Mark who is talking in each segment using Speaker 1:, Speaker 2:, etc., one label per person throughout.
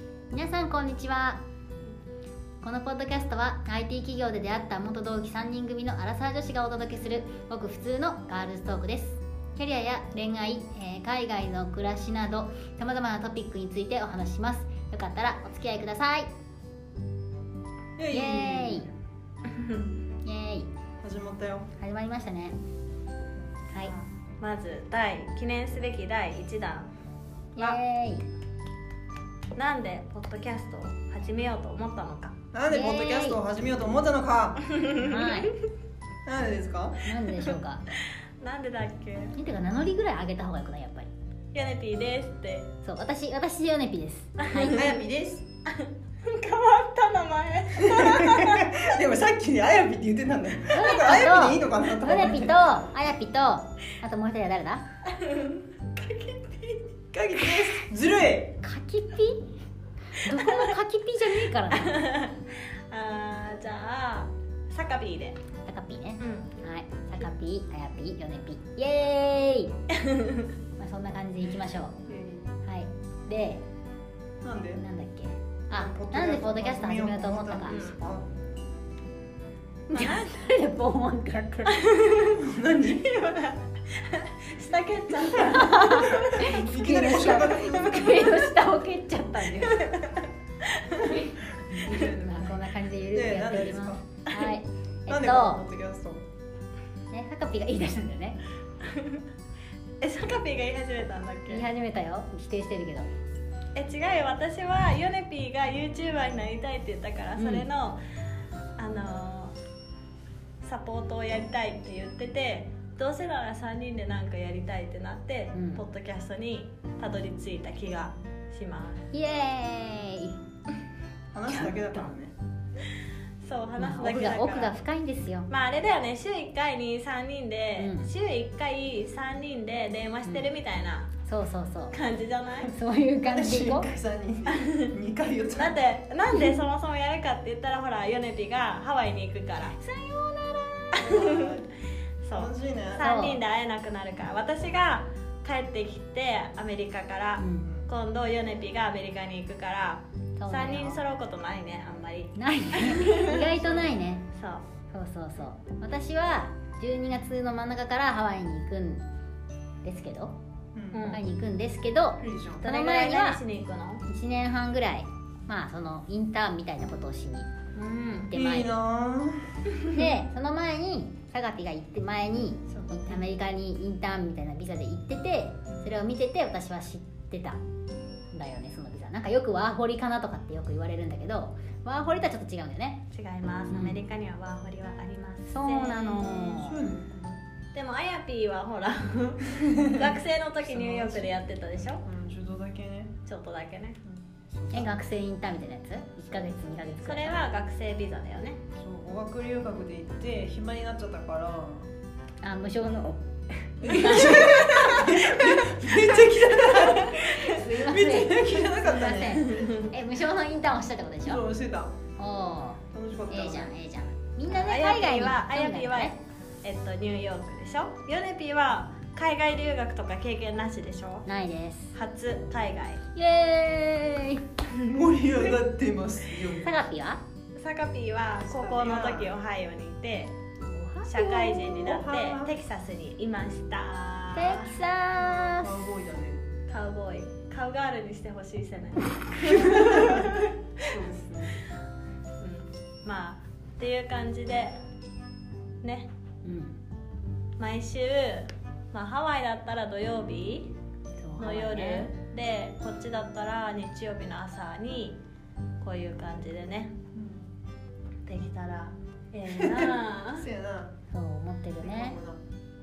Speaker 1: んにちはこのポッドキャストは IT 企業で出会った元同期3人組のアラサー女子がお届けするごく普通のガールズトークですキャリアや恋愛、えー海外の暮らしなどさまざまなトピックについてお話ししますよかったらお付き合いください
Speaker 2: イエーイ
Speaker 1: イエーイイエーイ
Speaker 2: 始まったよ
Speaker 1: 始まりましたねはい
Speaker 3: まず第記念すべき第1弾
Speaker 1: イエーイ
Speaker 3: なんでポッドキャストを始めようと思ったのか
Speaker 2: なんでポッドキャストを始めようと思ったの
Speaker 1: は
Speaker 2: か
Speaker 1: い
Speaker 2: なんでですか
Speaker 1: なんででしょうか
Speaker 3: なんでだっけ
Speaker 1: えてか名乗りぐらい上げた方がよくないやっぱり
Speaker 3: ヤネピーですって
Speaker 1: そう私私ヨネピです
Speaker 2: あやぴです
Speaker 3: 変わった名前
Speaker 2: でもさっきねあやぴって言ってたんだ よ
Speaker 1: ヨ
Speaker 2: なんかあやぴでいい
Speaker 1: ネピ
Speaker 2: のかなと
Speaker 1: と
Speaker 2: 思
Speaker 1: ヨ
Speaker 2: っ
Speaker 1: ネ
Speaker 2: て
Speaker 1: ピとあやぴとあともう一人は誰だ
Speaker 2: かぎですずるい
Speaker 1: カキピどこもカキピじゃねえからね
Speaker 3: あーじゃあサカビーで
Speaker 1: サカピーね
Speaker 3: うん
Speaker 1: はいサカピーあやぴヨネピイエー イまあそんな感じでいきましょうはいで
Speaker 2: なんで
Speaker 1: なんだっけあなんでポッドキャスト始めようと思ったか
Speaker 3: うん
Speaker 1: じゃあ なんでボーマンから来る
Speaker 2: 何い
Speaker 3: 今だ下蹴っちゃった
Speaker 2: きなり面白かった
Speaker 1: 机の下を蹴っちゃったんだ よまあこんな感じでゆるくやっておりますはい
Speaker 2: なんでこ
Speaker 1: え
Speaker 2: のポッドキャスト
Speaker 1: っとねサカピーが言い出したんだよね
Speaker 3: えサカビーが言い始めたんだっ
Speaker 1: 言い
Speaker 3: け
Speaker 1: 始めたよ否定してるけど
Speaker 3: え違うよ私はヨネピーが YouTuber になりたいって言ったから
Speaker 1: うん
Speaker 3: それの、あのーサポートをやりたいって言っててどうせなら3人でなんかやりたいってなって、
Speaker 1: うん
Speaker 3: ポッドキャストにたどり着いた気がします
Speaker 1: イエーイ
Speaker 2: 話すだけだからね
Speaker 3: そう話す
Speaker 1: まあ
Speaker 3: だけ
Speaker 1: 奥
Speaker 3: だから、
Speaker 1: が奥が深いんですよ
Speaker 3: まああれだよね週1回に3人で、
Speaker 1: うん
Speaker 3: 週1回3人で電話してるみたいな
Speaker 1: そうそうそう
Speaker 3: 感じじゃない、
Speaker 1: そういう感
Speaker 2: なんで
Speaker 1: じで
Speaker 2: 週
Speaker 1: いこ
Speaker 2: 1
Speaker 1: う
Speaker 2: 回さ人に2回言っち
Speaker 3: な
Speaker 2: ゃうん
Speaker 3: でなんでそもそもやるかって言ったらほらヨネピがハワイに行くから
Speaker 1: さようなら
Speaker 3: そう
Speaker 2: 楽しいね
Speaker 3: 3人で会えなくなるから私が帰ってきてアメリカから、
Speaker 1: うん
Speaker 3: 今度ヨネピがアメリカに行くから、
Speaker 1: そうだよ
Speaker 3: 3人揃うことないねあんまり
Speaker 1: ないね意外とないね
Speaker 3: そう
Speaker 1: そうそうそう私は12月の真ん中からハワイに行くんですけど
Speaker 2: うん
Speaker 1: ハワイに行くんですけど
Speaker 2: いいじゃん
Speaker 1: その前には
Speaker 3: どれぐらい何しに行くの
Speaker 1: 1年半ぐらいまあそのインターンみたいなことをしに行
Speaker 3: うん
Speaker 1: ってまい
Speaker 2: いいなぁ
Speaker 1: でその前にサガピが行って前に
Speaker 2: サガ
Speaker 1: アメリカにインターンみたいなビザで行っててそれを見てて私は知ってたんだよねそのビザなんかよくワーホリかなとかってよく言われるんだけどワーホリとはちょっと違うんだよね
Speaker 3: 違います、
Speaker 1: うん
Speaker 3: アメリカにはワーホリはあります
Speaker 1: そうなの
Speaker 2: そうね
Speaker 3: でもあやぴーは ほら学生の時ニューヨークでやってたでしょ
Speaker 2: うんちょっとだけね
Speaker 3: ちょっとだけね
Speaker 2: そう
Speaker 1: え学生インターンみたいなやつ1ヶ月2ヶ月く
Speaker 3: そ
Speaker 1: らい
Speaker 3: れは学生ビザだよ ね
Speaker 2: そう語学留学で行って暇になっちゃったから
Speaker 1: あ無償のすいませんすいませ
Speaker 2: めっちゃ汚いめっちゃ汚かったね
Speaker 1: んえ無償のインターンをしたってことでしょ
Speaker 2: そうしてた
Speaker 1: おお
Speaker 2: 楽しかっ
Speaker 1: ー
Speaker 2: た
Speaker 1: ええじゃんええじゃんみんな
Speaker 3: あ
Speaker 1: ね
Speaker 3: や
Speaker 1: 海
Speaker 3: ぴ
Speaker 1: 外
Speaker 3: ー
Speaker 1: に
Speaker 3: はあや
Speaker 1: 興
Speaker 3: ぴ
Speaker 1: 味
Speaker 3: ー
Speaker 1: があ
Speaker 3: は
Speaker 1: るね
Speaker 3: えっとニューヨークでしょヨネピーは海外留学とか経験なしでしょ
Speaker 1: ないです
Speaker 3: 初海外
Speaker 1: イエーイ
Speaker 2: 盛り上がってますよ
Speaker 1: サガピは
Speaker 3: サカピーは高校の時オハイオにいて社会人になってテキサスにいました
Speaker 1: テキサ
Speaker 2: カ
Speaker 1: ス
Speaker 2: ウボーイだね
Speaker 3: カウボーイカウガールにしてほしい世代、
Speaker 2: そうですね
Speaker 3: うん、まあっていう感じでね
Speaker 1: うん
Speaker 3: 毎週、まあ、ハワイだったら土曜日
Speaker 1: そう
Speaker 3: の夜、
Speaker 1: ね
Speaker 3: でこっちだったら日曜日の朝にこういう感じでねできたらええな あ
Speaker 2: せやな
Speaker 1: そう思ってるね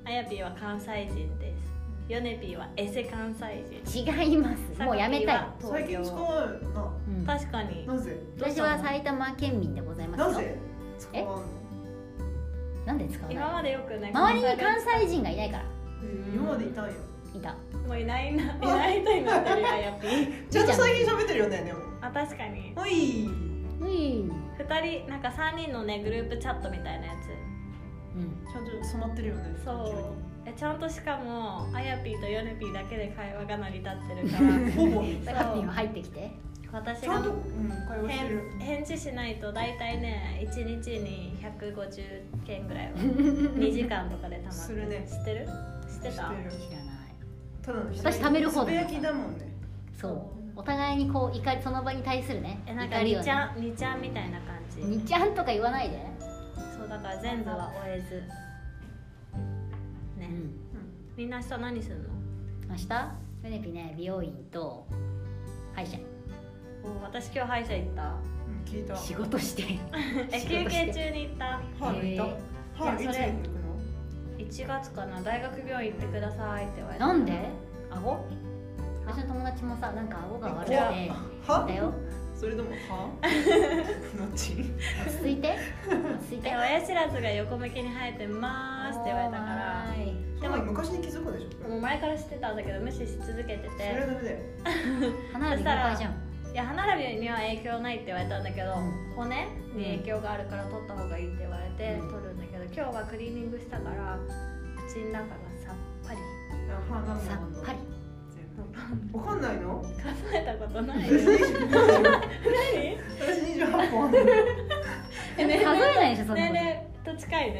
Speaker 3: あやぴーは関西人ですヨネピーはエセ関西人
Speaker 1: 違いますもうやめたい、
Speaker 2: 最近使わないよ
Speaker 1: うん
Speaker 3: 確かに
Speaker 2: ななぜ
Speaker 3: どうし
Speaker 1: 私
Speaker 3: たの
Speaker 1: は埼玉県民でございますよ
Speaker 2: なぜ使わんの
Speaker 1: なんで使わ
Speaker 3: 今
Speaker 1: ない
Speaker 3: までよくね
Speaker 1: 周りに
Speaker 3: 関
Speaker 1: 関西人がいないから
Speaker 2: えー今までいたんよ
Speaker 1: いた
Speaker 3: 西もういないないない人になってるよあやぴー
Speaker 2: ちゃんと最近喋ってるよねでも
Speaker 3: あ確かに
Speaker 2: おいう
Speaker 1: い
Speaker 3: 2人なんか3人のねグループチャットみたいなやつ
Speaker 1: うん
Speaker 2: ちゃんと染まってるよね
Speaker 3: そうえちゃんとしかもあやぴーとヨネピーだけで会話が成り立ってる
Speaker 2: ほぼ
Speaker 3: か
Speaker 1: サ
Speaker 3: ら
Speaker 1: カピ
Speaker 3: そ
Speaker 1: ーは入ってきて
Speaker 3: う私
Speaker 2: ちゃ
Speaker 3: が
Speaker 2: んと、うん、会話してる
Speaker 3: 返返事しないと大体ね1日に150件 ぐらいは2時間とかでたまって
Speaker 2: するね
Speaker 3: 知ってる知ってた
Speaker 2: 知ってる
Speaker 1: 知らない
Speaker 2: ただの人
Speaker 1: 私貯める方だ
Speaker 2: つぶやきだもんね
Speaker 1: そうお互いにこう怒りその場に対するね
Speaker 3: えなんか
Speaker 1: 怒り
Speaker 3: に
Speaker 1: を
Speaker 3: ち
Speaker 1: ね
Speaker 3: ゃんにちゃんみたいな感じ
Speaker 1: にちゃんとか言わないで、
Speaker 3: そうだから全部は終えず
Speaker 1: う
Speaker 3: ね、
Speaker 1: ん、
Speaker 2: うん
Speaker 3: みんな明日何するの
Speaker 1: 明日フェネピね美容院と歯医者
Speaker 3: お私今日歯医者 行った
Speaker 2: うん聞いた
Speaker 1: 仕事して
Speaker 3: え
Speaker 1: 仕事して
Speaker 3: 休憩中に行った
Speaker 2: 歯抜いた
Speaker 1: え
Speaker 2: 歯
Speaker 3: い
Speaker 2: い
Speaker 3: や
Speaker 2: つ
Speaker 3: それ
Speaker 2: 抜くの
Speaker 3: 1月かな大学病院行ってくださいって言われて
Speaker 1: なんで顎私の友達もさなんか顎が悪くて
Speaker 2: え歯
Speaker 1: だよ
Speaker 2: それとも 歯どっち
Speaker 1: 落ち着いて落ち着いて
Speaker 3: え親知らずが横向きに生えてますって言われたから
Speaker 1: はーい
Speaker 2: でも昔に気づくでしょ
Speaker 3: もう前から知ってたんだけど無視し続けて
Speaker 2: それは
Speaker 3: て
Speaker 2: ダメだよ
Speaker 1: 花火崩壊じゃん
Speaker 3: いや歯並びには影響ないって言われたんだけど、
Speaker 1: うん
Speaker 3: 骨に影響があるから取った方がいいって言われて、
Speaker 1: うん
Speaker 3: 取るんだけど今日はクリーニングしたから口の中がさっぱり
Speaker 2: あ歯がもう
Speaker 1: さっぱり
Speaker 2: 全部わかんないの
Speaker 3: 数えたことない
Speaker 2: 私
Speaker 3: よ
Speaker 2: 28
Speaker 3: 何
Speaker 2: 本
Speaker 3: えね
Speaker 1: 数えないでしょそんな
Speaker 3: 年
Speaker 1: こと
Speaker 3: 齢と近いね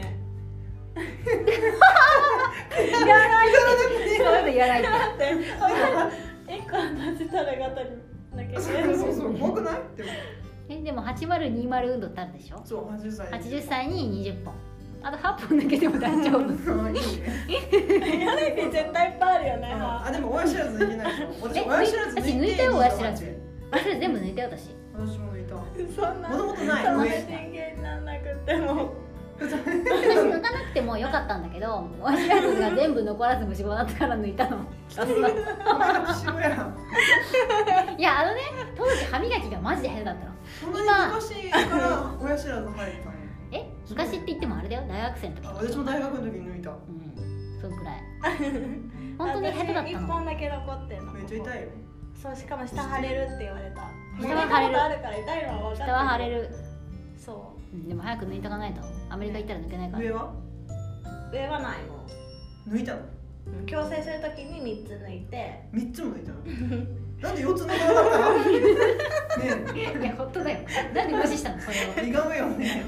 Speaker 1: 言わないってそういうの言わないって
Speaker 3: だって お前1個当てたらガタに泣けてる
Speaker 2: そうそう怖くないって思う
Speaker 1: えでも8020運動ってあるでしょ
Speaker 2: そう80歳
Speaker 1: 80歳に20本あと8本抜けても大丈夫
Speaker 2: あいいね
Speaker 3: やれて絶対いっぱいあるよね
Speaker 2: あでも親知らず抜けないでしょ私親知らず抜い
Speaker 1: 私
Speaker 2: て
Speaker 1: 抜いたよ親知らず
Speaker 2: 28
Speaker 1: 私ら全部抜いたよ私
Speaker 2: 私も抜いた
Speaker 3: そんな
Speaker 2: もともとない
Speaker 3: そんな
Speaker 2: 上
Speaker 3: 人間になんなくても
Speaker 1: 私抜かなくてもよかったんだけど親知らずが全部残らず虫歯だったから抜いたの
Speaker 2: 一緒やん
Speaker 1: いやあのね当時歯磨きがマジで下手だったの
Speaker 2: そんなに昔から親知らず生えたの
Speaker 1: え昔って言ってもあれだよ大学生の時
Speaker 2: あ私も大学の時に抜いた
Speaker 1: うんそのくらい本当に下手だっ
Speaker 3: 私
Speaker 1: た
Speaker 3: 一
Speaker 1: の
Speaker 3: 本だけ残ってんの
Speaker 2: めっちゃ痛いよ
Speaker 3: そうしかも下腫れるって言われた
Speaker 1: 下は腫れる
Speaker 3: 見たことあるから痛いのは分かって
Speaker 1: 下は腫れる
Speaker 3: そ
Speaker 1: うんでも早く抜いとかないとアメリカ行ったら抜けないから
Speaker 2: 上は
Speaker 3: う上はないもん
Speaker 2: 抜いたの
Speaker 3: 矯正するときに三つ抜いて
Speaker 2: 三つも抜いた のなんで四つ抜かなかったのね
Speaker 1: いや本当だよなんで無視したのそれを
Speaker 2: え胃がむよね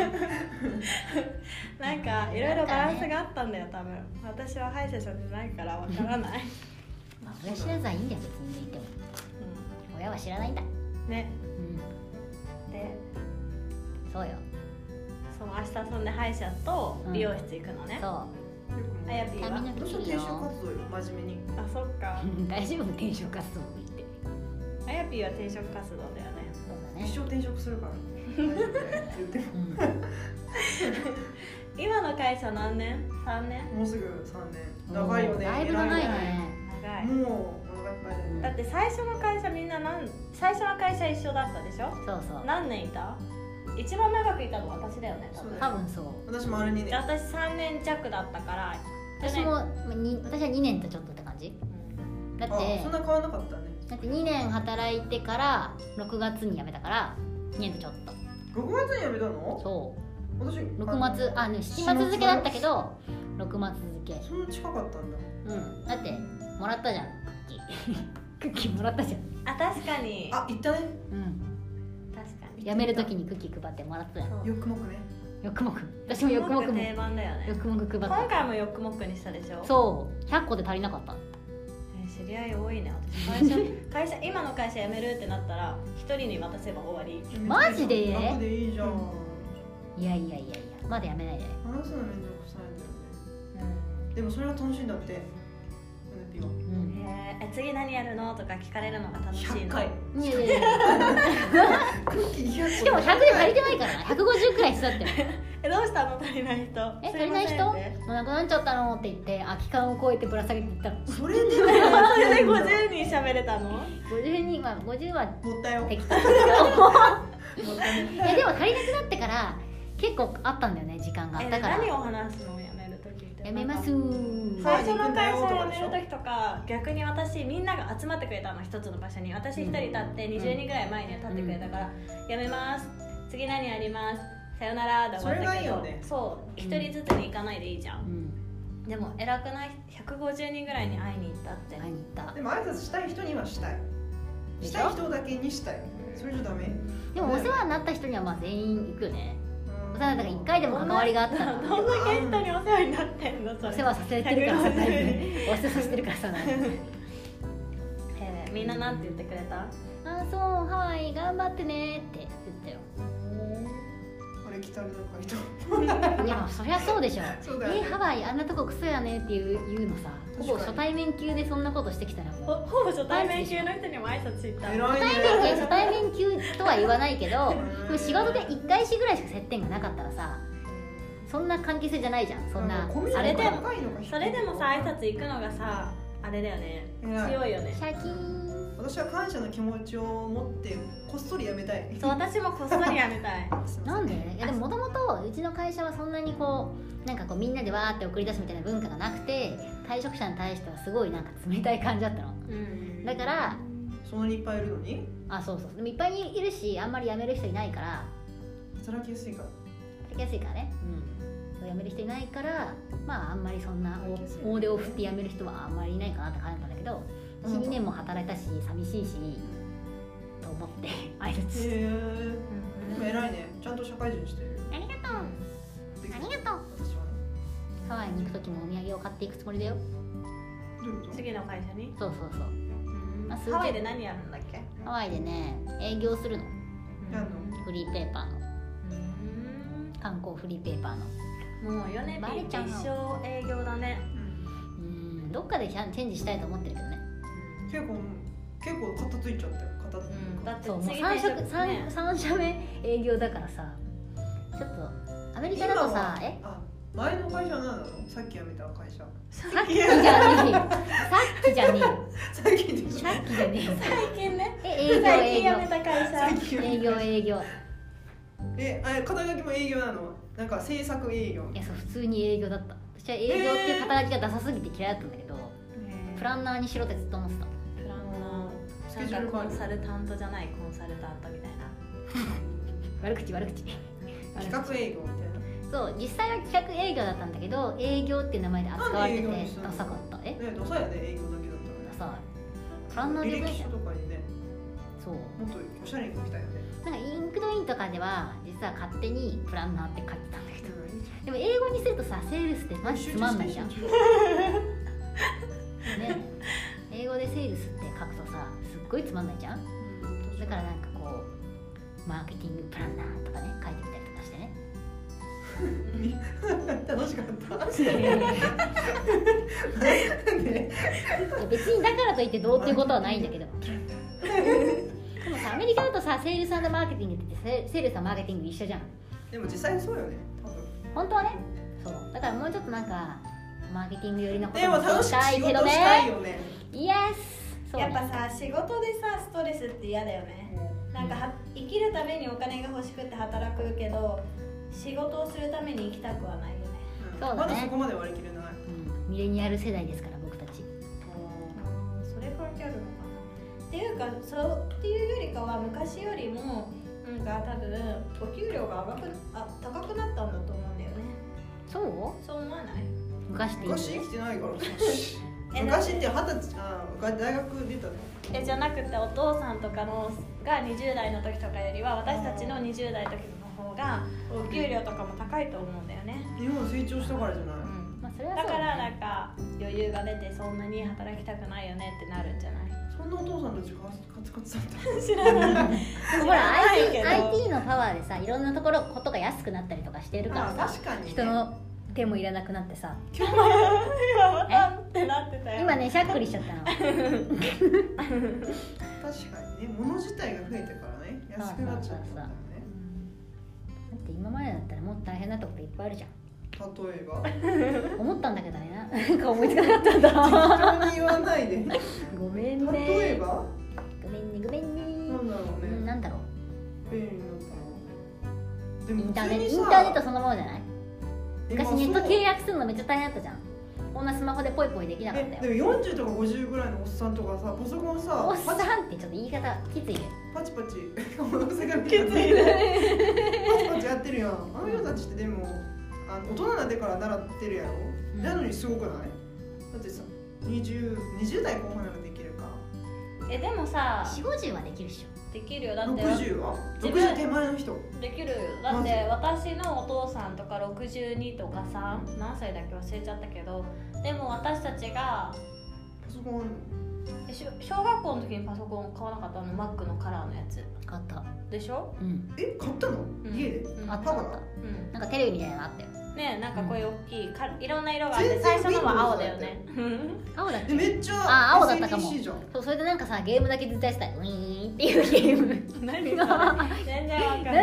Speaker 3: なんかいろいろバランスがあったんだよ多分私は歯医者さんじゃないからわからない、
Speaker 1: まあ親知らずはいいんだよ別に抜いても親は知らないんだ
Speaker 3: うんね
Speaker 1: うん
Speaker 3: で
Speaker 1: そうよ
Speaker 3: その明日そんで歯医者と美容室行くのね、
Speaker 1: そ
Speaker 3: あやぴーは
Speaker 1: 髪の
Speaker 2: どうした転職活動よ真面目に
Speaker 3: あそっか
Speaker 1: う大丈夫転職活動行って
Speaker 3: あやぴーは転職活動だよね
Speaker 1: そうだ
Speaker 2: 一
Speaker 1: ね
Speaker 2: 生転職す るから大丈夫だよって言って
Speaker 1: うん
Speaker 3: 今の会社何年 ?3 年
Speaker 2: もうすぐ三年長いよね
Speaker 1: だいぶ長い
Speaker 2: 偉
Speaker 1: ね
Speaker 3: 長い、
Speaker 2: ねもうお腹いっぱいだよ
Speaker 3: だ
Speaker 2: ね
Speaker 3: って最初の会社みんななん最初の会社一緒だったでしょ
Speaker 1: そうそう
Speaker 3: 何年いた一番長くいたの私だよね多
Speaker 2: そう
Speaker 3: 分
Speaker 2: だよ
Speaker 1: 多分そう
Speaker 2: 私丸二
Speaker 3: で
Speaker 2: 年
Speaker 3: 私3年弱だったから
Speaker 1: 私も、まあに私は2年とちょっとって感じだっ
Speaker 2: あ
Speaker 1: て
Speaker 2: そんな変わらなかったね
Speaker 1: だって2年働いてから6月に辞めたから2年とちょっ
Speaker 2: 六月に辞めた
Speaker 1: と
Speaker 2: の
Speaker 1: そ
Speaker 2: 私
Speaker 1: う6月あね7月付けだったけど6月付け
Speaker 2: そんな近かったんだ
Speaker 1: うんだってもらったじゃんクッキー クッキーもらったじゃん
Speaker 3: あ確かに
Speaker 2: あ行ったね
Speaker 1: うん
Speaker 3: 確かに
Speaker 1: 辞める時にクッキー配ってもらったじゃん
Speaker 3: そう
Speaker 2: よくもくね
Speaker 1: よくもく私もよくもくも
Speaker 3: 定番だよ
Speaker 1: よ
Speaker 3: ね
Speaker 1: くもく配っ
Speaker 3: 今回もよくもくにしたでしょ
Speaker 1: たそう100個で足りなかった
Speaker 3: えー知り合い多いね私 会社会社今の会社辞めるってなったら一人に渡せば終わり
Speaker 1: マジで
Speaker 2: 楽でいいじゃん
Speaker 3: うん
Speaker 1: いやいやいやいやまだ辞めないで
Speaker 2: 話すのめんどくさいんだよねでもそれが楽しいんだって NP は
Speaker 1: うん
Speaker 3: えーえ次何やるのとか聞かれるのが楽しい
Speaker 2: 100
Speaker 3: の
Speaker 2: 回
Speaker 1: いやいやいや
Speaker 2: クッキー200個
Speaker 1: でも100で足りてないからな150くらい必要だったよ
Speaker 3: えどうしたの足りない人
Speaker 1: え
Speaker 3: す
Speaker 1: 足りない人
Speaker 3: ま
Speaker 1: も
Speaker 3: せんって
Speaker 1: うなくなっちゃったのって言って空き缶を越えてぶら下げていったの
Speaker 2: それでね
Speaker 3: それで50人喋れたの
Speaker 1: 50人は50は
Speaker 2: もったいよ
Speaker 1: 適当だけ
Speaker 2: もったいよ
Speaker 1: どいやでも足りなくなってから結構あったんだよね時間が
Speaker 3: え
Speaker 1: だから
Speaker 3: 何を話すのやめる時って
Speaker 1: やめます
Speaker 3: 最初の会社辞める時とか逆に私みんなが集まってくれたの一つの場所に私一人立って20人ぐらい前には立ってくれたから「やめます次何やりますさよなら」で終わったけど
Speaker 2: それがいいよね
Speaker 3: そう一人ずつに行かないでいいじゃ
Speaker 1: うんん
Speaker 3: でも偉くない150人ぐらいに会いに行ったって
Speaker 1: 会いに行った
Speaker 2: でも挨拶したい人にはしたいしたい人だけにしたいそれじゃダメ
Speaker 1: でもお世話になった人にはまあ全員行くよねお世話になったから一回で
Speaker 3: ど
Speaker 1: も
Speaker 3: んな
Speaker 1: 関わりがあったら
Speaker 3: どんだけ人にお世話になってんのそ
Speaker 1: お
Speaker 3: れ
Speaker 1: 世話させてるからさだいぶ
Speaker 3: 150
Speaker 1: ねお世話させてるからさだいぶ
Speaker 3: えーみんななんて言ってくれた
Speaker 1: あーそうハワイ頑張ってねって言ったよ
Speaker 2: あれ来たらなんか人
Speaker 1: いやそりゃそうでしょ
Speaker 2: そうだよね
Speaker 1: えハワイあんなとこクソやねっていう言うのさほぼ初対面級でそんなことしてきたらもう
Speaker 3: ほほぼ初対面級の人にも挨拶行った
Speaker 2: 偉いね
Speaker 1: いや初対面級とは言わないけど
Speaker 2: うん
Speaker 1: でも仕事で1回しぐらいしか接点がなかったらさそんな関係性じゃないじゃんそんな
Speaker 2: コミュ
Speaker 1: あ
Speaker 2: ニ
Speaker 1: れ
Speaker 2: テ
Speaker 1: で
Speaker 2: ィ高いのか低いのか
Speaker 3: それでもさ挨拶行くのがさあれだよね
Speaker 2: 偉い
Speaker 3: 強いよね
Speaker 1: シャキーン
Speaker 2: 私は感謝の気持ちを持ってこっそりやめたい
Speaker 3: そう私もこっそりやめたい
Speaker 2: すいませ
Speaker 1: なんでいやでももともとうちの会社はそんなにこうなんかこうみんなでわーって送り出すみたいな文化がなくて退職者に対してはすごいなんか冷たい感じだったの
Speaker 3: うん
Speaker 1: だから
Speaker 2: そんなにいっぱいいるのに
Speaker 1: あそうそうでもいっぱいにいるしあんまり辞める人いないから
Speaker 2: 働きやすいから
Speaker 1: 働きやすいからねうんそう辞める人いないからまああんまりそんな大大手を振って辞める人はあんまりいないかなって感じだったんだけど
Speaker 2: うん
Speaker 1: 12年も働いたし寂しいしと思って挨拶して
Speaker 2: へえでも偉いねちゃんと社会人してる
Speaker 1: ありがとう
Speaker 2: で
Speaker 1: ありがとう
Speaker 2: 私はね
Speaker 1: ハワイに行く時もお土産を買っていくつもりだよ
Speaker 2: どういうこと
Speaker 3: 次の会社に、
Speaker 1: そうそうそう
Speaker 3: うん
Speaker 1: あ数字
Speaker 3: ハワイで何やるんだっけ
Speaker 1: ハワイでね営業するの
Speaker 2: やんの
Speaker 1: フリーペーパーの
Speaker 3: うん
Speaker 1: 観光フリーペーパーの
Speaker 3: もうヨネ
Speaker 1: バ
Speaker 3: ピ
Speaker 1: レ
Speaker 3: ーっ
Speaker 1: ち
Speaker 3: て
Speaker 1: ゃう
Speaker 3: 一生営業だね
Speaker 1: うんどっかでチャンチェンジしたいと思ってるけどね
Speaker 2: 結構結構肩ついちゃったよ肩ついて
Speaker 3: うんだって
Speaker 1: そうもう
Speaker 3: 次
Speaker 1: 3
Speaker 3: 転
Speaker 1: 色
Speaker 3: 職
Speaker 1: 三
Speaker 3: ね
Speaker 1: 三社目営業だからさちょっとアメリカだとさえ
Speaker 2: あ前の会社は何なのさっき辞めた会社
Speaker 1: さっきじゃねえよさっきじゃねえよ
Speaker 2: さっきでしょ
Speaker 1: さっきじゃねえよ
Speaker 3: 最近ね
Speaker 1: え営業
Speaker 3: 最
Speaker 1: 営
Speaker 3: 近辞め
Speaker 1: 業
Speaker 3: た会社
Speaker 2: 最近
Speaker 1: 営業営業
Speaker 2: えあれ肩書きも営業なのなんか制作営業
Speaker 1: いやそう普通に営業だった私は営業っていう肩書きがダサすぎて嫌いだったんだけどプランナーにしろってずっと思ってた
Speaker 3: プランの
Speaker 2: スケジュール
Speaker 3: なんか
Speaker 2: 管
Speaker 3: コ
Speaker 2: 理
Speaker 3: ンサルタントじゃないコンサルタントみたいな
Speaker 1: 悪口悪口悪口
Speaker 2: 企画営業みたい
Speaker 1: そう実際は企画営業だったんだけど営業っていう名前で扱われてて
Speaker 2: なんで営業にしたの
Speaker 1: ダサかったえ
Speaker 2: なねダサいよね営業だけだったらね
Speaker 1: ダサいプランナーで
Speaker 2: 履
Speaker 1: 分
Speaker 2: 歴
Speaker 1: 社
Speaker 2: 書とかにね
Speaker 1: そう
Speaker 2: もっとおしゃれに書きたいよね
Speaker 1: なんかインクドインとかでは実は勝手にプランナーって書いてたんだけど
Speaker 2: う
Speaker 1: でも英語にするとさセールスってマジつまんないじゃん、ね
Speaker 2: 集中して、
Speaker 1: 英語でセールスって書くとさすっごいつまんないじゃんだからなんかこうマーケティングプランナーとかね書いてみたりとかしてね
Speaker 2: 楽しかった ね
Speaker 1: いや別にだからといってどうっていうことはないんだけどでもさアメリカだとさセールスマーケティングって言ってセールスとマーケティング一緒じゃん
Speaker 2: でも実際そうよね多分
Speaker 1: 本当はねそうだからもうちょっとなんかマーケティング寄りのこと
Speaker 2: でも楽しく
Speaker 1: した
Speaker 2: 仕
Speaker 1: い
Speaker 2: 事
Speaker 1: けど
Speaker 2: したい
Speaker 1: ね
Speaker 2: よね
Speaker 1: イエスそうね
Speaker 3: やっぱさ仕事でさストレスって嫌だよねなんかは生きるためにお金が欲しくて働くけど仕事をするために生きたくはないよね
Speaker 2: う
Speaker 1: そ
Speaker 2: ん
Speaker 1: うだね
Speaker 2: まだそこまで割り切れない
Speaker 1: うんミレニアル世代ですから僕たち
Speaker 3: それ関係あるのかなっていうかそうっていうよりかは昔よりもなんか多分お給料が上がくあ高くなったんだと思うんだよね
Speaker 1: そう
Speaker 3: そう思わない
Speaker 1: 昔っていい
Speaker 2: 昔生き てないからさ昔って二十歳あー大学出たの
Speaker 3: えじゃなくてお父さんとかのが20代の時とかよりは私たちの20代の時の方がお給料とかも高いと思うんだよね、
Speaker 2: 日本成長したからじゃない
Speaker 1: まあそれはそ
Speaker 3: だ
Speaker 1: う
Speaker 3: からなんか余裕が出てそんなに働きたくないよねってなるんじゃ ない
Speaker 2: そんなお父さんたちカツカツだった
Speaker 3: 知らない
Speaker 1: でもほら
Speaker 3: 知らない
Speaker 1: IT,
Speaker 3: けど
Speaker 1: IT のパワーでさいろんなところことが安くなったりとかしてるから
Speaker 2: あー
Speaker 1: さ
Speaker 2: 確かにね
Speaker 1: 人の手もいらなくなってさ
Speaker 3: 今またってなってたよ
Speaker 1: 今ねしゃっくりしちゃったの
Speaker 2: 確かにね物自体が増えてからね安くなっちゃったんだよね
Speaker 1: だって今までだったらもっと大変なところいっぱいあるじゃ
Speaker 2: 例え ば
Speaker 1: ん思ったんだけどねなんか思いつかなかったんだ
Speaker 2: 人に言わないで
Speaker 1: ごめんね
Speaker 2: 例えば
Speaker 1: ごめんねごめんね
Speaker 2: なんだろう
Speaker 1: うん
Speaker 2: ね
Speaker 1: なんだろう
Speaker 2: 便利になったので
Speaker 1: インターネインターネットそのものじゃない昔ネット契約するのめっちゃ大変だったじゃんこんなスマホでポイポイできなかったよ
Speaker 2: でも40とか50ぐらいのおっさんとかさパソコンさ
Speaker 1: おっさんってちょっと言い方きついね
Speaker 2: パチパチパチパチパチやってるやんあの人たちってでもあの大人になってから習ってるやろ、
Speaker 1: ん
Speaker 2: なのにすごくないだってさ 20, 20代後半ならできるか
Speaker 3: えでもさ
Speaker 1: 4 5 0はできるっしょ
Speaker 3: でできるよだって
Speaker 2: 60は
Speaker 3: 自分
Speaker 2: 60手前の人
Speaker 3: できるよだって私のお父さんとか62とか3何歳だっけ忘れちゃったけどでも私たちが
Speaker 2: パソコン
Speaker 3: えしょ小学校の時にパソコン買わなかったのマックのカラーのやつ
Speaker 1: 買った
Speaker 3: でしょ、
Speaker 1: うん
Speaker 2: え買ったの、
Speaker 3: うん
Speaker 2: 家で
Speaker 3: うん
Speaker 1: あったあった
Speaker 3: うん
Speaker 1: なんかテレビみたいなのあったよ
Speaker 3: ねえなんかこういう大きいかいろんな色があって
Speaker 2: 全
Speaker 3: 最
Speaker 2: 然
Speaker 3: 初のは青だよね
Speaker 1: 青だっ
Speaker 2: え
Speaker 1: け
Speaker 2: めっち
Speaker 1: あ
Speaker 2: ゃ
Speaker 1: 青だったかも
Speaker 2: SATC じゃん
Speaker 1: そうそれでなんかさゲームだけ絶対したいウィーンっていうゲーム
Speaker 3: 何それ全然わかんな
Speaker 1: ないん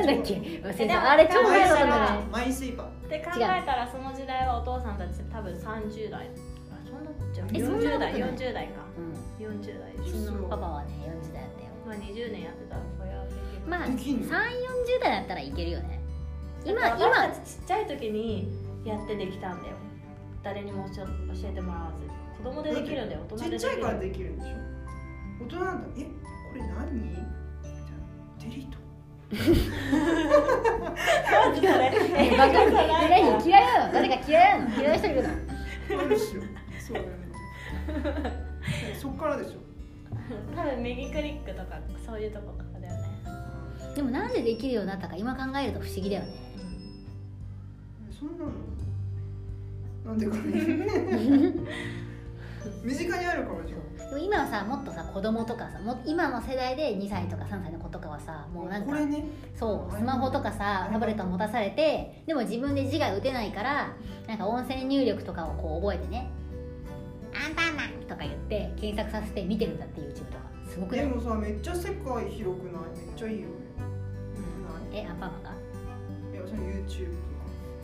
Speaker 1: だっけ忘れたあれ超
Speaker 3: でも
Speaker 1: 前だったん
Speaker 3: 考え
Speaker 1: だ
Speaker 3: たら
Speaker 2: マイスイパー
Speaker 3: って考えたらその時代はお父さんたち多分30代あそんなこっちゃ
Speaker 2: えそんなこと
Speaker 3: 40代
Speaker 1: ない
Speaker 3: 40代か
Speaker 1: けう
Speaker 3: 40代
Speaker 1: んうち
Speaker 2: そう
Speaker 1: のパパはね40代だったよ
Speaker 3: まあ20年やってたらそれはできる
Speaker 1: まあ
Speaker 2: で
Speaker 1: 3、
Speaker 2: きんの
Speaker 1: 40代だったらいけるよね今
Speaker 3: だっ て
Speaker 1: 今
Speaker 3: 私たちちっちゃい時にやってできたんだよ誰にも教え教えてもらわず子供でできるんだよ大
Speaker 2: ち
Speaker 3: 人でで
Speaker 2: っ
Speaker 3: き
Speaker 2: ちゃい
Speaker 3: る
Speaker 2: からできるんでしょ大人なんだえこれ何みたいなデリート
Speaker 3: なんで それ
Speaker 1: えバカに何嫌いなの 誰か嫌いなの嫌いな人いるの
Speaker 2: あるっ しょそうだよねそっからでしょ
Speaker 3: 多分右クリックとかそういうとことかだよね
Speaker 1: でもなんでできるようになったか今考えると不思議だよね
Speaker 2: そんなのなんでこれ身近にあるからじゃん
Speaker 1: でも今はさもっとさ子供とかさもう今の世代で2歳とか3歳の子とかはさもうなん
Speaker 2: こ
Speaker 1: か
Speaker 2: れね
Speaker 1: そうスマホとかさタブレット持たされてでも自分で字が打てないからなんか音声入力とかをこう覚えてね「アンパンマン」とか言って検索させて見てるんだって YouTube とかすごくな
Speaker 2: で
Speaker 1: い
Speaker 2: もさめっちゃ世界広くないめっちゃいいよね
Speaker 1: えアンパンマンが
Speaker 2: ないいやその YouTube とか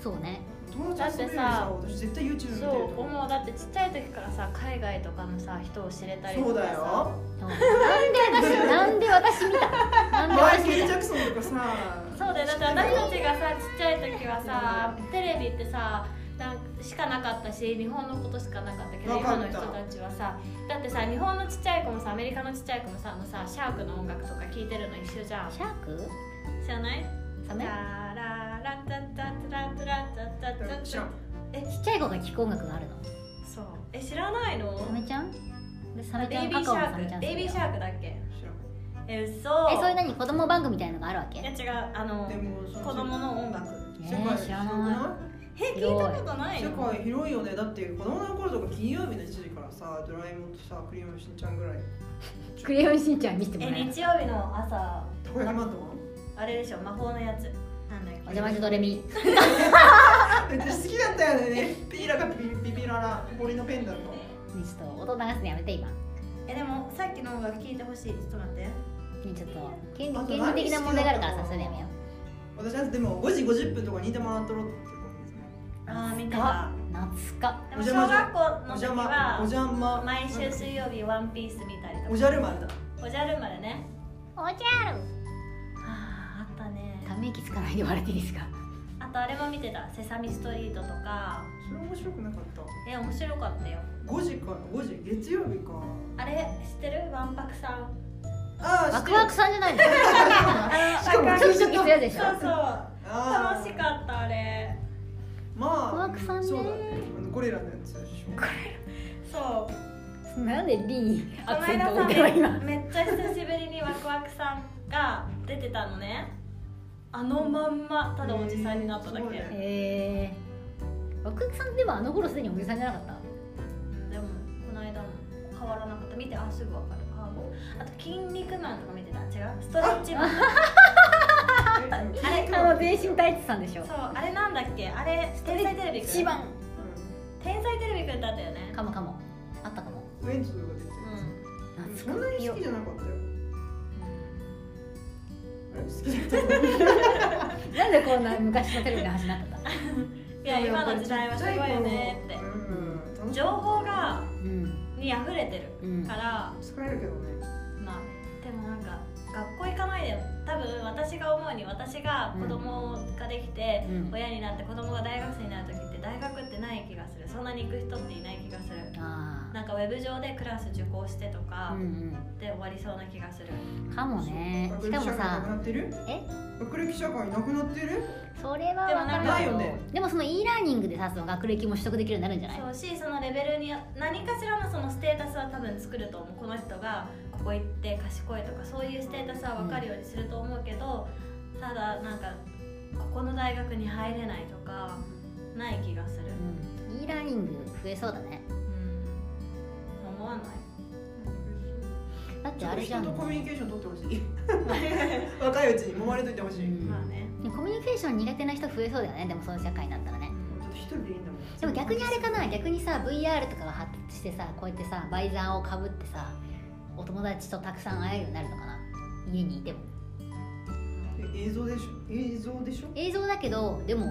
Speaker 1: そうね
Speaker 2: 友達と遊べるよりさ私絶対 YouTube 見てる
Speaker 3: そ
Speaker 2: と
Speaker 3: う
Speaker 2: 思
Speaker 3: 思うだってちっちゃい時からさ海外とかのさ人を知れたりとか
Speaker 2: そう
Speaker 3: さ
Speaker 2: だよ
Speaker 1: そうなんで私なんで私 見たなんで
Speaker 2: マイ
Speaker 1: 私
Speaker 2: ケル・
Speaker 1: 見た
Speaker 2: ジャクソンとかさ
Speaker 3: そうだよだって私たちがさちっちゃい時はさテレビってさなんかしかなかったし日本のことしかなかったけど
Speaker 2: なか
Speaker 3: 今
Speaker 2: った
Speaker 3: の人たちはさだってさ日本のちっちゃい子もさアメリカのちっちゃい子もさあのさシャークの音楽とか聴いてるの一緒じゃん
Speaker 1: シャーク
Speaker 3: 知らない
Speaker 1: サ
Speaker 3: タ
Speaker 1: メ
Speaker 3: ララタタタタラタタタ
Speaker 2: 知らん
Speaker 1: ちっちゃい子が聴く音楽があるの
Speaker 3: そうえ知らないの
Speaker 1: サメちゃんでサメち
Speaker 3: ベ
Speaker 1: ゃ
Speaker 3: イ
Speaker 1: ん
Speaker 3: ビ
Speaker 1: カ
Speaker 3: ーシ
Speaker 1: カオの
Speaker 3: ャ
Speaker 1: サメち
Speaker 3: ー
Speaker 1: ゃ
Speaker 3: ク
Speaker 1: ん
Speaker 3: ベイビーシ
Speaker 1: ー
Speaker 3: ャークだっけ
Speaker 2: 知ら
Speaker 3: え嘘
Speaker 1: えそういう何子供番組みたいなのがあるわけ
Speaker 3: いや違うあの
Speaker 2: んでもその
Speaker 3: 子供の音楽
Speaker 2: 世界
Speaker 1: えー知らな
Speaker 3: え聞いたことない
Speaker 2: 世
Speaker 3: の
Speaker 2: 界広いよねだって子供の頃とか金曜日の1時からさドラえもんとさクレヨンしんちゃんぐらい
Speaker 1: クレヨンしんちゃん見せて
Speaker 3: え
Speaker 1: もらえます
Speaker 3: 日曜日の朝
Speaker 2: たこ焼きマント
Speaker 3: あれでしょ魔法のやつなんだっけ
Speaker 1: お邪魔しドレミ
Speaker 2: マン私好きだったよ ねピーラがピピピララ森のペンダント
Speaker 1: ねちょっと音流すのやめて今ね
Speaker 3: えでもさっきの音楽聞いてほしいちょっと待って
Speaker 1: ちょっと権利
Speaker 2: あと
Speaker 1: 権利的な問題があるからさそれやめよ
Speaker 2: 私はでも5時50分とかにいてもらっとろうと思ってるんですね
Speaker 3: ああ見てた
Speaker 1: う懐か
Speaker 3: でも小学校
Speaker 2: お
Speaker 3: の時
Speaker 2: 邪魔お
Speaker 3: は
Speaker 2: 邪魔
Speaker 3: 毎週水曜日ワンピース見たりと
Speaker 2: お
Speaker 3: か
Speaker 2: じゃる丸だ
Speaker 3: おじゃる丸ね
Speaker 1: おじゃる
Speaker 3: あーあったね
Speaker 1: ため息つかないで笑っていい ですか
Speaker 3: あとあれも見てた「セサミストリート」とか
Speaker 2: それ面白くなかった
Speaker 3: え面白かったよ
Speaker 2: 5時か5時月曜日か
Speaker 3: あれ知ってるわんぱくさん
Speaker 2: ああ
Speaker 1: ワクワクさんじゃない の
Speaker 3: あ
Speaker 2: しかも
Speaker 1: チョキチョキするやつでしょ
Speaker 3: そうそう楽し
Speaker 2: っ
Speaker 3: かったあれ
Speaker 2: たまあ
Speaker 1: ワクワクさんね
Speaker 2: そうだねあのゴリラのやつでしょ
Speaker 3: そう
Speaker 1: なんで D にア
Speaker 3: この
Speaker 1: クセン
Speaker 3: 間
Speaker 1: ト
Speaker 3: さ
Speaker 1: 置いたの今
Speaker 3: めめっちゃ久しぶりにワクワクさんが出てたのねあのまんまただおじさんになっただけ、
Speaker 2: うんそうだよ
Speaker 1: えー、ワクワクさんでもあの頃すでにおじさんじゃなかった
Speaker 3: でもこの間も変わらなかった見てあすぐわかるあもうあと「筋肉マン」とか見てた違うストレッチマン
Speaker 2: え
Speaker 3: あ れ
Speaker 1: あの全身タイツさんでしょ
Speaker 3: そうあれなんだっけあれ天才テレビくん
Speaker 1: 一番
Speaker 3: 天才テレビくんだったよね
Speaker 1: かもかもあったかも
Speaker 2: ウエンツとか出て
Speaker 3: う
Speaker 2: る
Speaker 3: ん
Speaker 1: 懐
Speaker 2: そんなに好きじゃなかったよあれ好きだった
Speaker 1: なんでこんな昔のテレビの話になったんだ、
Speaker 3: いや今の時代はすごいよねって
Speaker 2: うん楽し
Speaker 3: 情報が
Speaker 1: うん
Speaker 3: に溢れて
Speaker 1: う
Speaker 3: る
Speaker 1: ん
Speaker 3: か、ら、
Speaker 2: 疲れるけどね
Speaker 3: まあでもなんか学校行かないで多分私が思うに私が子供ができて、
Speaker 1: うん
Speaker 3: 親になって子供が大学生になる時ってって大学ってない気がするそんなに行く人っていない気がする
Speaker 1: あ
Speaker 3: なんかウェブ上でクラス受講してと
Speaker 1: あ
Speaker 3: か
Speaker 1: うん
Speaker 3: で終わりそうな気がする、
Speaker 1: うんかもねしかも
Speaker 2: なくな
Speaker 1: さ
Speaker 2: ってる
Speaker 1: え
Speaker 2: 学歴社会なくなってる
Speaker 1: それは分から
Speaker 2: でもないよね
Speaker 1: でもその e ラーニングでさその学歴も取得できるようになるんじゃない
Speaker 3: そうしそのレベルに何かしらのそのステータスは多分作ると思うこの人がここ行って賢いとかそういうステータスは分かるようにすると思うけどただなんかここの大学に入れないとかない気がする、
Speaker 1: うん e ラーニング増えそうだね
Speaker 3: うん、思わない
Speaker 1: だって
Speaker 2: ちょっ
Speaker 1: あ
Speaker 2: と
Speaker 1: れじゃ
Speaker 2: 人
Speaker 1: ん
Speaker 2: とコミュニケーション取ってほしい 若いうちに揉まれといてほしい、
Speaker 1: うん
Speaker 3: まあね、
Speaker 1: でもコミュニケーション苦手な人増えそうだよねでもそういう社会になったらね
Speaker 2: ちょっと一人でいいんだもん
Speaker 1: でも逆にあれかな逆にさ VR とかが発達してさこうやってさバイザーをかぶってさお友達とたくさん会えるようになるのかな家にいても
Speaker 2: え映像でしょ映像でしょ
Speaker 1: 映像だけどでも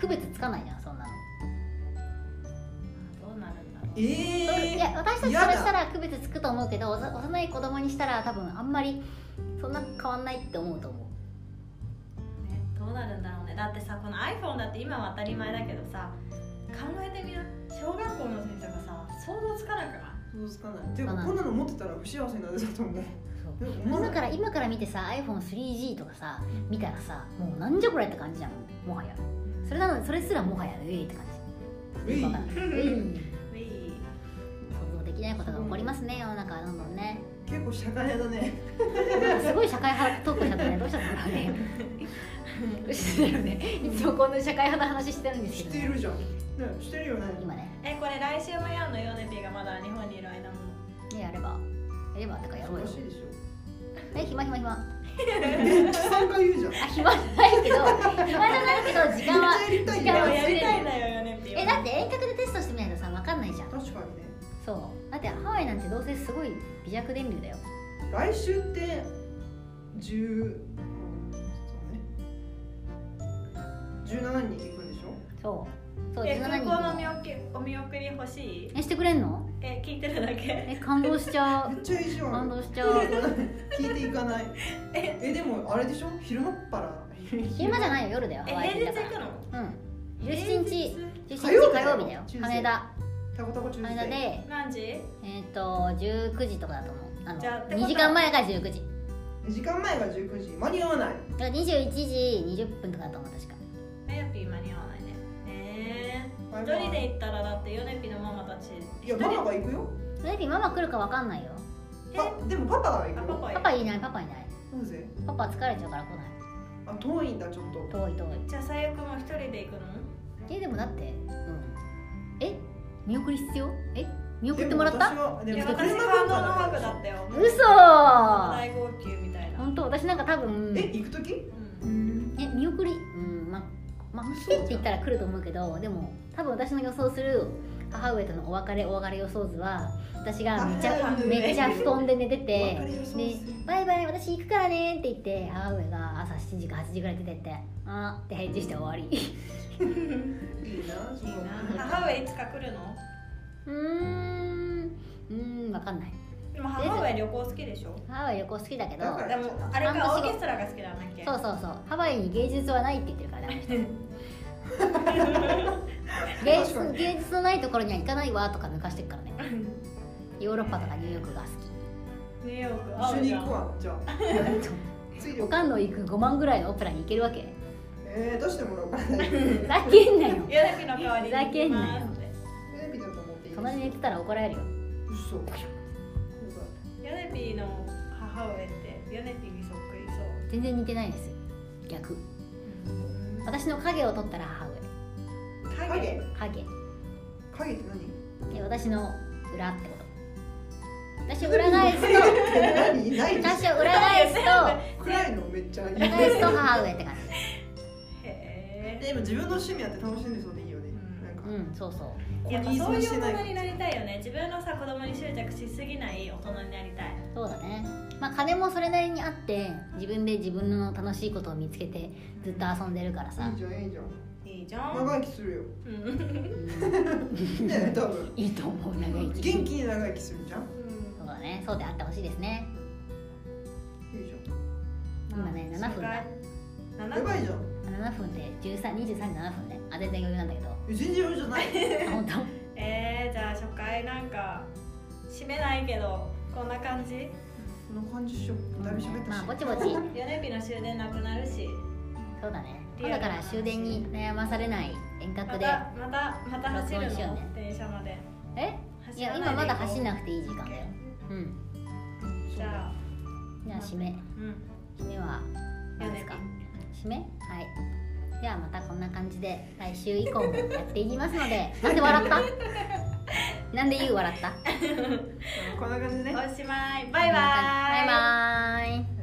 Speaker 1: 区別つかないじゃんそんなの、
Speaker 3: どうなるんだろう
Speaker 2: えー、
Speaker 1: いや私たち
Speaker 2: や
Speaker 1: か
Speaker 2: だ
Speaker 1: らしたら区別つくと思うけどおざ幼い子供にしたら多分あんまりそんな変わんないって思うと思
Speaker 3: ねどうなるんだろうねだってさこの iPhone だって今は当たり前だけどさ考えてみな小学校の先生がさ想像つかなくない
Speaker 2: そうつかないていうかこんなの持ってたら不幸せになるだと思う
Speaker 1: う
Speaker 2: でも思わな
Speaker 1: 今
Speaker 2: い
Speaker 1: から今から見てさ iPhone3G とかさ見たらさもうなんじゃこれって感じじゃんもはやそれなのにそれすらもはやウェイって感
Speaker 2: うい
Speaker 1: じわかんないウェイ
Speaker 3: ウィー
Speaker 1: 想像できないことが起こりますね世の中はどんどんね
Speaker 2: 結構社会派だね
Speaker 1: なんかすごい社会派トークしちゃったねどうしたんだろうねどうしたんだろうねいつもこんな社会派の話してるんです
Speaker 2: 知
Speaker 1: け
Speaker 2: って
Speaker 1: ど
Speaker 2: いるじゃんねしてるよね
Speaker 1: 今ね
Speaker 3: えこれ来週もやんのヨネピーがまだ日本にいる間も
Speaker 1: ねやればやればとかやろうよ
Speaker 2: 楽しいでしょ
Speaker 1: え暇暇暇
Speaker 2: めっちゃ参加言うじゃん
Speaker 1: あ暇じゃないけど暇じゃないけど時間は
Speaker 2: めっちゃや
Speaker 1: い
Speaker 2: りたいんだ
Speaker 1: や
Speaker 2: よ
Speaker 1: もうやりたい
Speaker 3: んだよヨネピ
Speaker 1: えだって遠隔でテストしてみないとさ分かんないじゃん
Speaker 2: 確かにね
Speaker 1: そうだってハワイなんてどうせすごい微弱電流だよ
Speaker 2: 来週って10うんそうね17人行くんでしょ
Speaker 1: そうそう
Speaker 3: え空
Speaker 1: 17
Speaker 3: 港の見
Speaker 1: 人
Speaker 3: 送りお見送り欲しい
Speaker 1: えしてくれんの
Speaker 3: え聞いてるだけ
Speaker 1: え感動しちゃ
Speaker 2: め
Speaker 1: う
Speaker 2: っちゃいいじゃ
Speaker 1: 感
Speaker 2: ん
Speaker 1: 動しちゃう
Speaker 2: 聞いていかない
Speaker 3: え
Speaker 2: えでもあれでしょ昼間っから
Speaker 1: 昼間じゃないよ夜だよ
Speaker 3: え
Speaker 1: ハワイ
Speaker 3: 平
Speaker 1: って
Speaker 3: 日
Speaker 1: だか
Speaker 3: 行くの
Speaker 1: らうん17日17
Speaker 3: 平
Speaker 1: 日
Speaker 2: 火
Speaker 1: 火
Speaker 2: 曜
Speaker 1: 曜
Speaker 2: 日だよ
Speaker 1: 日だよ
Speaker 2: チューズデー
Speaker 1: 羽田
Speaker 2: タコタコ中
Speaker 1: 羽田
Speaker 2: で
Speaker 1: で
Speaker 3: 何時
Speaker 1: えっ、と19時とかだと思うあの
Speaker 3: じゃあってこと
Speaker 1: 2時間前が19時
Speaker 2: 時間前が19時間に合わない
Speaker 1: だから21時20分とかだと思う確か
Speaker 3: ヨネピー間に合わないねえー、一人で行ったらだってヨネピーのママたち
Speaker 2: いやママが行くよ
Speaker 1: それよりママ来るか分かんないよ
Speaker 2: パでもパパが行
Speaker 3: あ
Speaker 2: く
Speaker 3: パパ
Speaker 2: よ
Speaker 1: パ
Speaker 3: よ
Speaker 1: パいないパパいない
Speaker 2: なぜ
Speaker 1: パパ疲れちゃうから来ない
Speaker 2: あ遠いんだちょっと
Speaker 1: 遠い遠い
Speaker 3: じゃあ最悪も一人で行くの
Speaker 1: えでもだって、うん、え見送り必要え見送ってもらった
Speaker 2: でも私はで
Speaker 3: い
Speaker 2: も
Speaker 3: や
Speaker 2: 車
Speaker 3: 私
Speaker 2: 文
Speaker 3: 感動の
Speaker 2: 化
Speaker 3: ハ
Speaker 2: だ
Speaker 3: グ
Speaker 2: か
Speaker 3: だ
Speaker 2: ら
Speaker 3: ったよ
Speaker 1: 嘘
Speaker 3: 大号泣みたいな、
Speaker 1: 本当私なんか多分
Speaker 2: え
Speaker 1: え
Speaker 2: 行く時
Speaker 3: うん
Speaker 1: 見送りうんままあ来
Speaker 2: 嘘
Speaker 1: てって言ったら来ると思うけどでも多分私の予想する母上とのお別れお別れ予想図は私がめっちゃ
Speaker 2: あ
Speaker 1: めっちゃ布団で寝て
Speaker 2: わか
Speaker 1: て
Speaker 2: りやすい
Speaker 1: で「バイバイ私行くからね」って言って母上が朝7時か8時ぐらい出てって「あーって返事して終わり
Speaker 2: いいなそ
Speaker 3: いい
Speaker 2: の
Speaker 3: な母上いつか来るの
Speaker 1: うーんうーん分かんない
Speaker 3: でも母上旅行好きでしょ
Speaker 1: 母上旅行好きだけど
Speaker 2: だから
Speaker 3: でもあれかオーケストラが好きなんだっけ
Speaker 1: そうそうそうハワイに芸術はないって言ってるからねあの人芸術
Speaker 2: 確かに
Speaker 1: 芸術のないところには行かないわとか抜かしてるからねヨーロッパとかニューヨークが好
Speaker 3: ニューヨーク
Speaker 2: 一緒に行く
Speaker 3: わ
Speaker 2: わじ ゃあつい
Speaker 1: き
Speaker 2: て
Speaker 1: お
Speaker 2: おく
Speaker 1: かんの行く5万ぐらいのオペラに行けるわけ
Speaker 2: えー、出してもらおうかなテ
Speaker 1: ふざけんなよ
Speaker 3: ヤネピの代わりに行きます
Speaker 1: ふざ
Speaker 2: レビだと思っていい
Speaker 1: 隣に行ってたら怒られるよ
Speaker 2: 嘘
Speaker 3: ヤネピの母上ってヤネピにそっくりそう
Speaker 1: 全然似てないですよ逆私の影を取ったら母
Speaker 2: 影
Speaker 3: 影
Speaker 1: 上影
Speaker 2: 影って何
Speaker 1: え私の裏ってこと私を裏返すと
Speaker 2: 何ないでし
Speaker 1: 私を裏返すと
Speaker 2: ょ暗いのめっちゃいい
Speaker 1: 裏返すと母上って感じ
Speaker 3: へ
Speaker 2: でも自分の趣味やって楽しんでそうでいいよね
Speaker 3: うん
Speaker 2: なんか
Speaker 1: うんそうそう
Speaker 3: え
Speaker 2: 子
Speaker 3: やっぱ
Speaker 2: に依
Speaker 3: そう
Speaker 2: 存
Speaker 3: い
Speaker 2: し
Speaker 3: う
Speaker 2: て
Speaker 3: 大
Speaker 2: な
Speaker 3: 人
Speaker 2: い
Speaker 3: になりたいよね自分のさ子供に執着しすぎない大人になりたい
Speaker 1: そうだね、まあ、金もそれなりにあって自分で自分の楽しいことを見つけてずっと遊んでるからさ
Speaker 2: いい、じゃんいいじゃん
Speaker 3: いいじゃん、
Speaker 2: 長生きするよ
Speaker 3: うん
Speaker 2: ね多 分
Speaker 1: いいと思う長生き
Speaker 2: 元気に長生きするじゃん
Speaker 1: そうだねそうであってほしいですね
Speaker 2: いいじゃ
Speaker 1: 今ね7分だ
Speaker 3: 7
Speaker 2: んやば
Speaker 3: 分
Speaker 2: いじゃん
Speaker 1: 7分で13 23時7分ねあ全然余裕なんだけど
Speaker 2: え全然俺じゃない
Speaker 1: 本当
Speaker 3: えー、じゃあ初回なんか締めないけどこんな感じ
Speaker 2: その感じしようだいぶ喋ったし、
Speaker 1: まあぼちぼち
Speaker 3: 4年日の終電なくなるし
Speaker 1: そうだね今度から終電に悩まされない遠
Speaker 3: ま
Speaker 1: 隔で
Speaker 3: たまたまた走る
Speaker 1: 録音
Speaker 3: の、
Speaker 1: しようね
Speaker 3: 電車まで
Speaker 1: えい
Speaker 3: 走
Speaker 1: や
Speaker 3: ら
Speaker 1: 今まだ走ん
Speaker 3: ない
Speaker 1: なくていい時間だようん
Speaker 2: そう
Speaker 3: じ
Speaker 2: だ
Speaker 3: ゃあ
Speaker 1: じゃあ締め
Speaker 3: うん
Speaker 1: 締めは何ですか締めはいではまたこんな感じで来週以降もやっていきますのでなんで笑 ったなんで言う笑った
Speaker 2: こんな感じでね
Speaker 3: おしまいバ
Speaker 1: バ
Speaker 3: イバーイ
Speaker 1: イバーイ